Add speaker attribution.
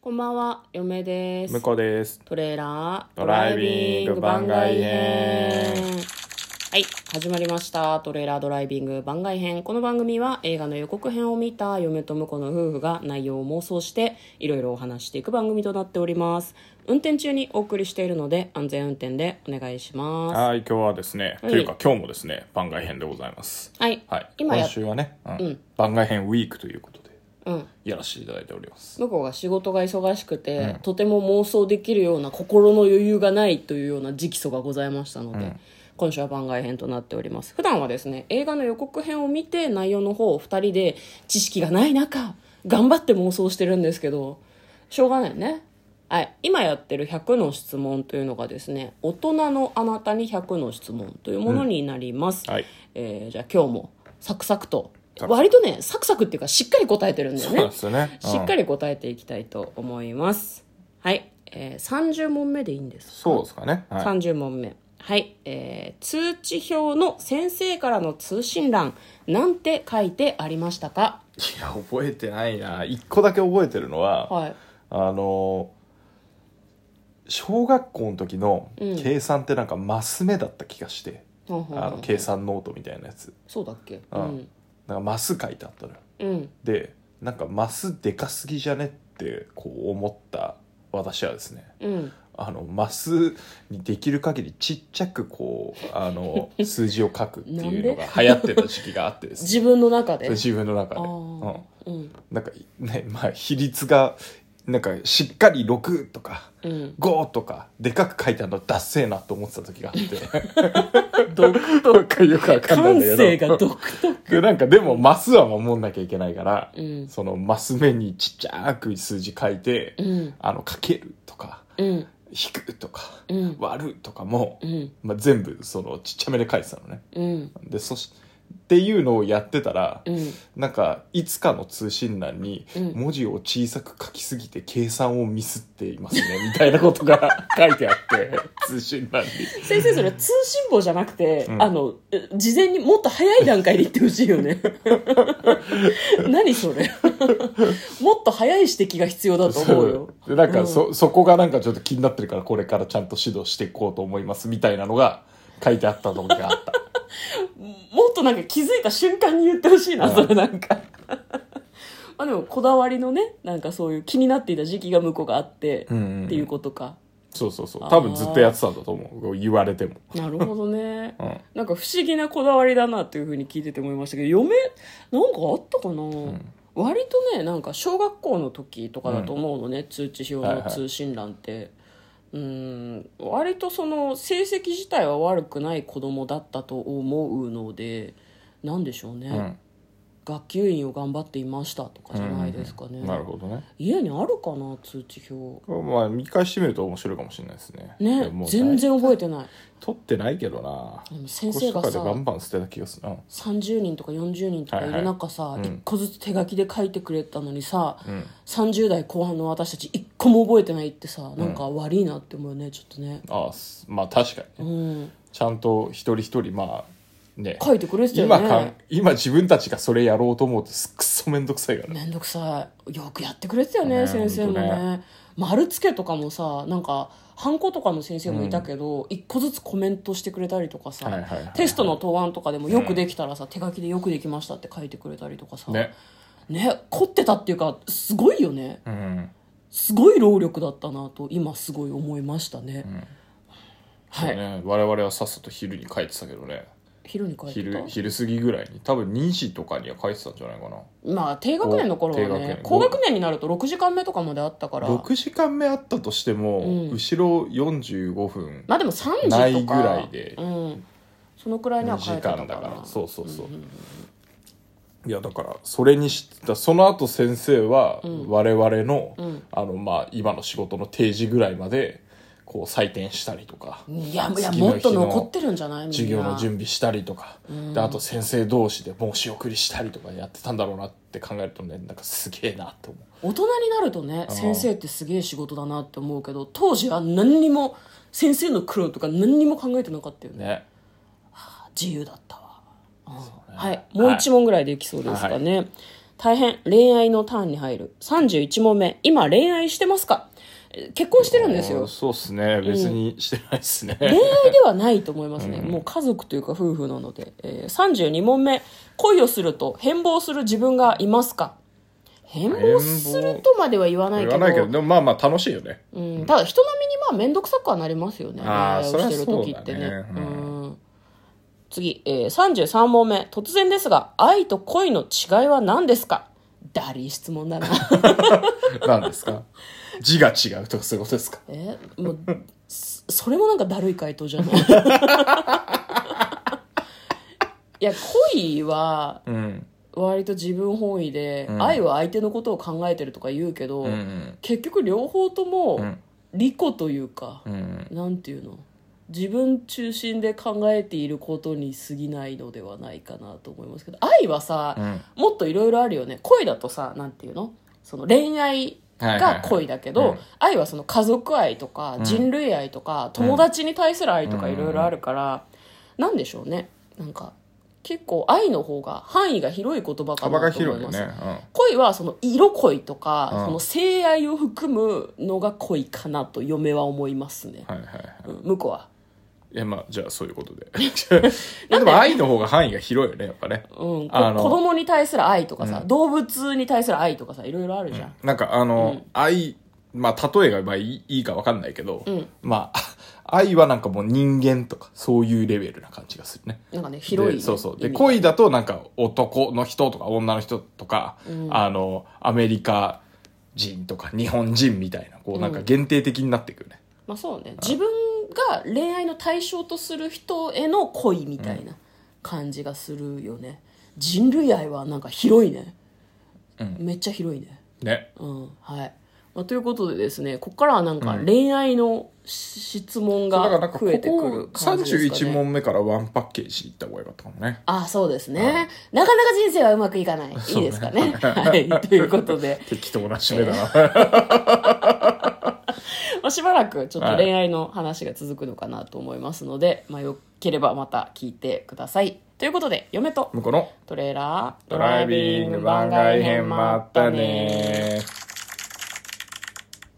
Speaker 1: こんばんは、嫁です
Speaker 2: 向。こうです。
Speaker 1: トレーラード
Speaker 2: ドライビング番外編
Speaker 1: はい、始まりました。トレーラードライビング番外編。この番組は映画の予告編を見た嫁と婿の夫婦が内容を妄想していろいろお話していく番組となっております。運転中にお送りしているので安全運転でお願いしま
Speaker 2: はい、今日はですね、
Speaker 1: はい
Speaker 2: というか今日もですね、番外編でございます。
Speaker 1: す。はい。
Speaker 2: はい、
Speaker 1: 今や
Speaker 2: 今、週はね、うん番外編ウィークということで、
Speaker 1: うん。
Speaker 2: やらせていただいております。
Speaker 1: 向こうが仕事が忙しくて、とても妄想できるような心の余裕がないというような直訴がございましたので、今週は番外編となっております普段はですね映画の予告編を見て内容の方を2人で知識がない中頑張って妄想してるんですけどしょうがないねはい、今やってる100の質問というのがですね大人のあなたに100の質問というものになります、
Speaker 2: はい。
Speaker 1: えーじゃあ今日もサクサクと
Speaker 2: サクサク
Speaker 1: 割とねサクサクっていうかしっかり答えてるんだよ
Speaker 2: そう
Speaker 1: ね
Speaker 2: ですよね。うん
Speaker 1: しっかり答えていきたいと思います。はい、えー、30問目でいいんです。
Speaker 2: そうですかね。はい。
Speaker 1: 30問目。はい、えー、通知表の先生からの通信欄、なんて書いてありましたか
Speaker 2: いや、覚えてないな。一個だけ覚えてるのは、
Speaker 1: はい。
Speaker 2: あのー小学校の時の
Speaker 1: うん
Speaker 2: 計算ってなんかマス目だった気がして、
Speaker 1: ほんほんほん
Speaker 2: あの計算ノートみたいなやつ
Speaker 1: そうだっけう
Speaker 2: うんん。なんかマス書いてあったのよ
Speaker 1: うん。
Speaker 2: でなんかマスでかすぎじゃねってこう思った私はですね
Speaker 1: うん。
Speaker 2: あのマスにできる限りちっちゃくこうあの 数字を書くっていうのが流行ってた時期があってですね
Speaker 1: 自分の中で。
Speaker 2: 自分の中
Speaker 1: ああ
Speaker 2: で、うん、
Speaker 1: ー。うん。
Speaker 2: なんかねまあ比率がなんかしっかり6とか
Speaker 1: うん。
Speaker 2: 5とかでかく書いてあるのダッセーなと思ってた時が あって
Speaker 1: 独
Speaker 2: なんかよくわかんないん
Speaker 1: 感
Speaker 2: だけど
Speaker 1: 性が独特。
Speaker 2: でなんかでもマスは守んなきゃいけないから、
Speaker 1: うん。
Speaker 2: そのマス目にちっちゃく数字書いて、
Speaker 1: うん。
Speaker 2: あのかけるとか
Speaker 1: うん。
Speaker 2: 引くとか、
Speaker 1: うん
Speaker 2: 割るとかも、
Speaker 1: うん。
Speaker 2: まあ、全部そのちっちゃめで書いてたのね
Speaker 1: うん。
Speaker 2: でそしっていうのをやってたら、
Speaker 1: うん。
Speaker 2: なんかいつかの通信欄に
Speaker 1: うん
Speaker 2: 文字を小さく書きすぎて計算をミスっていますね、 みたいなことが書いてあって通信欄に
Speaker 1: 先生それ通信簿じゃなくて、
Speaker 2: うん
Speaker 1: あのえ事前にもっと早い段階で言ってほしいよね 何それもっと早い指摘が必要だと思うよ
Speaker 2: でなんかそ,、そこがなんかちょっと気になってるからこれからちゃんと指導していこうと思いますみたいなのが書いてあったのが あった
Speaker 1: もっとなんか気づいた瞬間に言ってほしいな
Speaker 2: うん
Speaker 1: それなんか まあでもこだわりのねなんかそういう気になっていた時期が向こうがあって、
Speaker 2: うんうんうん
Speaker 1: っていうことか
Speaker 2: そうそうそう
Speaker 1: あー
Speaker 2: 多分ずっとやってたんだと思うこう言われても、
Speaker 1: なるほどね
Speaker 2: うん、
Speaker 1: なんか不思議なこだわりだなっていうふうに聞いてて思いましたけど嫁なんかあったかな、
Speaker 2: ん
Speaker 1: 割とねなんか小学校の時とかだと思うのね、通知表の通信欄って、うーん割とその成績自体は悪くない子供だったと思うのでなんでしょうね、
Speaker 2: うん
Speaker 1: 学級委員を頑張っていましたとかじゃないですかね、
Speaker 2: なるほどね
Speaker 1: 家にあるかな通知表
Speaker 2: これまあ見返してみると面白いかもしれないですねいや
Speaker 1: ね
Speaker 2: もう
Speaker 1: 全然覚えてない
Speaker 2: 取ってないけどな
Speaker 1: でも先生が
Speaker 2: 少し
Speaker 1: さ
Speaker 2: とかでバンバン捨てた気がするな
Speaker 1: 30人とか40人とかいる中さ、
Speaker 2: いはいうん
Speaker 1: 1個ずつ手書きで書いてくれたのにさ、
Speaker 2: うん
Speaker 1: 30代後半の私たち1個も覚えてないってさなんか悪いなって思うよねちょっとね、
Speaker 2: ああすまあ確か
Speaker 1: う
Speaker 2: にね
Speaker 1: ん、
Speaker 2: ちゃんと一人一人まあね
Speaker 1: 書いてくれてたよ
Speaker 2: 今か
Speaker 1: ね
Speaker 2: 今自分たちがそれやろうと思うとすくそめんどくさいからね
Speaker 1: めんどくさいよくやってくれてたよね
Speaker 2: ね
Speaker 1: 先生もね
Speaker 2: ほんと
Speaker 1: 丸つけとかもさなんかハンコとかの先生もいたけど、一1個ずつコメントしてくれたりとかさ、
Speaker 2: はいはいはい
Speaker 1: テストの答案とかでもよくできたらさ、手書きでよくできましたって書いてくれたりとかさ
Speaker 2: ね
Speaker 1: ね凝ってたっていうかすごいよね
Speaker 2: うん
Speaker 1: すごい労力だったなと今すごい思いましたね、は
Speaker 2: そう
Speaker 1: い、
Speaker 2: ね我々はさっさと昼に帰ってたけどね
Speaker 1: 昼に帰って
Speaker 2: 昼
Speaker 1: た
Speaker 2: 昼過ぎぐらいに多分2時とかには帰ってたんじゃないかな
Speaker 1: まあ低学年の頃は
Speaker 2: お低学
Speaker 1: ね
Speaker 2: 年
Speaker 1: 高学年になると6時間目とかまであったから
Speaker 2: 6時間目あったとしても、
Speaker 1: うん
Speaker 2: 後ろ45分
Speaker 1: まあでも3時とか
Speaker 2: ないぐらいで
Speaker 1: うん、そのくらいには
Speaker 2: 2
Speaker 1: 帰
Speaker 2: 時
Speaker 1: ってたか
Speaker 2: 間
Speaker 1: な
Speaker 2: だからそうそうそう、
Speaker 1: んん
Speaker 2: いやだからそれにしたその後先生は
Speaker 1: ん
Speaker 2: 我々の,、
Speaker 1: うん
Speaker 2: あのまあ今の仕事の定時ぐらいまでこう採点したりとか、
Speaker 1: いやいや
Speaker 2: 次
Speaker 1: も
Speaker 2: の日の
Speaker 1: っと残ってるんじゃないみんな
Speaker 2: 授業の準備したりとか、であと先生同士で申し送りしたりとかやってたんだろうなって考えるとねなんかすげえなと思う
Speaker 1: 大人になるとね
Speaker 2: ん
Speaker 1: 先生ってすげえ仕事だなって思うけど当時は何にも先生の苦労とか何にも考えてなかったよね
Speaker 2: ね
Speaker 1: 自由だったわ、うんはいもう一問ぐらいできそうですかね、大変恋愛のターンに入る31問目今恋愛してますかえ結婚してるんです
Speaker 2: あー
Speaker 1: よ
Speaker 2: そうっすね別にしてないっすね、
Speaker 1: 恋愛ではないと思いますね、もう家族というか夫婦なので、えー32問目恋をすると変貌する自分がいますか変貌するとまでは言わない
Speaker 2: 言
Speaker 1: けど
Speaker 2: わないけどでもまあまあ楽しいよね
Speaker 1: うん、ただ人並みにまあ面倒くさくはなりますよね恋
Speaker 2: あ
Speaker 1: 愛
Speaker 2: ー
Speaker 1: をしてる時ってねう
Speaker 2: そりゃそうだね
Speaker 1: ん次、えー、33問目突然ですが愛と恋の違いは何ですかだりー質問だ な
Speaker 2: なんですか字が違うとかそういうことですか
Speaker 1: えもうそそれもなんかだるい回答じゃ ないいや恋は
Speaker 2: うん
Speaker 1: 割と自分本位で、
Speaker 2: うん
Speaker 1: 愛は相手のことを考えてるとか言うけど、
Speaker 2: うん
Speaker 1: 結局両方とも
Speaker 2: うん
Speaker 1: 利己というか、
Speaker 2: うん
Speaker 1: なんていうの自分中心で考えていることに過ぎないのではないかなと思いますけど愛はさ、
Speaker 2: うん
Speaker 1: もっといろいろあるよね恋だとさなんていうのその恋愛が恋だけど、
Speaker 2: はいはいはい
Speaker 1: 愛はその家族愛とか
Speaker 2: うん
Speaker 1: 人類愛とか、友達に対する愛とかいろいろあるから、なんでしょうねなんか結構愛の方が範囲が広い言葉か
Speaker 2: 幅が
Speaker 1: なと思
Speaker 2: 広
Speaker 1: い
Speaker 2: いよ
Speaker 1: ます、
Speaker 2: ね、
Speaker 1: 恋はその色恋とか、
Speaker 2: うん
Speaker 1: その性愛を含むのが恋かなと嫁は思いますね、
Speaker 2: うん、はいはいはい
Speaker 1: うん向こうはい
Speaker 2: やまあじゃあそういうこ とででも愛の方が範囲が広いよねやっぱね
Speaker 1: うん、こ
Speaker 2: あの
Speaker 1: 子供に対する愛とかさ、動物に対する愛とかさいろいろあるじゃん、
Speaker 2: なんかあの、愛まあ例えがまあいいいいかわかんないけど、
Speaker 1: ん
Speaker 2: まあ 愛はなんかもう人間とかそういうレベルな感じがするね
Speaker 1: なんかね広い、
Speaker 2: でそうそうで
Speaker 1: 意味
Speaker 2: 恋だとなんか男の人とか女の人とか、あのアメリカ人とか日本人みたいなこうなんか限定的になってくるね、
Speaker 1: まあそうね自分が恋愛の対象とする人への恋みたいな感じがするよね、人類愛はなんか広いね、
Speaker 2: うん
Speaker 1: めっちゃ広いね
Speaker 2: ね
Speaker 1: うんはい、まあ、ということでですねここからはなんか恋愛のし質問
Speaker 2: だからな
Speaker 1: が
Speaker 2: んかここ
Speaker 1: 増えてくる感じですか、ね、
Speaker 2: 31問目からワンパッケージいった方がよかったかもね
Speaker 1: あそうですね、なかなか人生はうまくいかないいいですか ねはいということで
Speaker 2: 適当な締めだな、
Speaker 1: まあ、しばらくちょっと恋愛の話が続くのかなと思いますので、まあ、よければまた聞いてください。ということで、嫁と
Speaker 2: 向こうの
Speaker 1: トレーラー、
Speaker 2: ドライビング番外編もあったね